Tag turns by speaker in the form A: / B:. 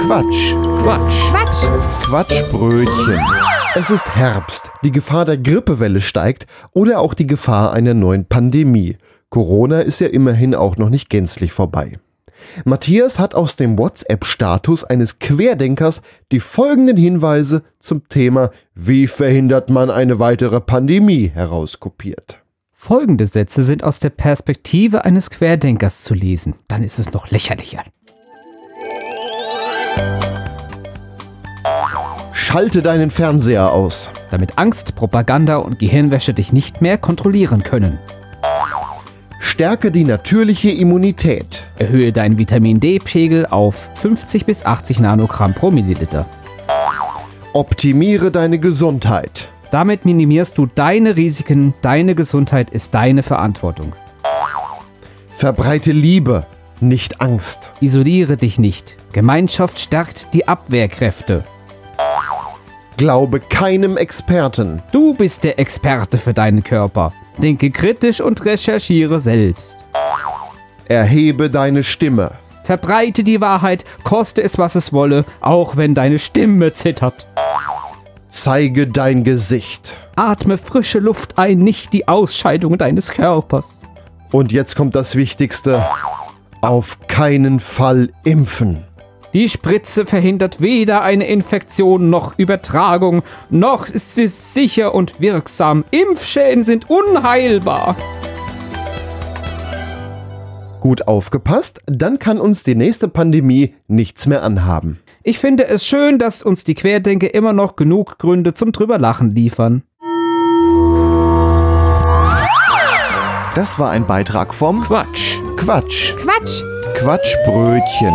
A: Quatsch.
B: Quatsch.
C: Quatsch.
A: Quatschbrötchen. Es ist Herbst. Die Gefahr der Grippewelle steigt oder auch die Gefahr einer neuen Pandemie. Corona ist ja immerhin auch noch nicht gänzlich vorbei. Matthias hat aus dem WhatsApp-Status eines Querdenkers die folgenden Hinweise zum Thema Wie verhindert man eine weitere Pandemie herauskopiert.
B: Folgende Sätze sind aus der Perspektive eines Querdenkers zu lesen. Dann ist es noch lächerlicher.
A: Schalte deinen Fernseher aus.
B: Damit Angst, Propaganda und Gehirnwäsche dich nicht mehr kontrollieren können.
A: Stärke die natürliche Immunität.
B: Erhöhe deinen Vitamin D-Pegel auf 50 bis 80 Nanogramm pro Milliliter.
A: Optimiere deine Gesundheit.
B: Damit minimierst du deine Risiken, deine Gesundheit ist deine Verantwortung.
A: Verbreite Liebe, nicht Angst.
B: Isoliere dich nicht. Gemeinschaft stärkt die Abwehrkräfte.
A: Glaube keinem Experten.
B: Du bist der Experte für deinen Körper. Denke kritisch und recherchiere selbst.
A: Erhebe deine Stimme.
B: Verbreite die Wahrheit, koste es, was es wolle, auch wenn deine Stimme zittert.
A: Zeige dein Gesicht.
B: Atme frische Luft ein, nicht die Ausscheidung deines Körpers.
A: Und jetzt kommt das Wichtigste. Auf keinen Fall impfen.
B: Die Spritze verhindert weder eine Infektion noch Übertragung, noch ist sie sicher und wirksam. Impfschäden sind unheilbar.
A: Gut aufgepasst, dann kann uns die nächste Pandemie nichts mehr anhaben.
B: Ich finde es schön, dass uns die Querdenker immer noch genug Gründe zum Drüberlachen liefern.
A: Das war ein Beitrag vom
B: Quatsch.
A: Quatsch.
C: Quatsch.
A: Quatschbrötchen.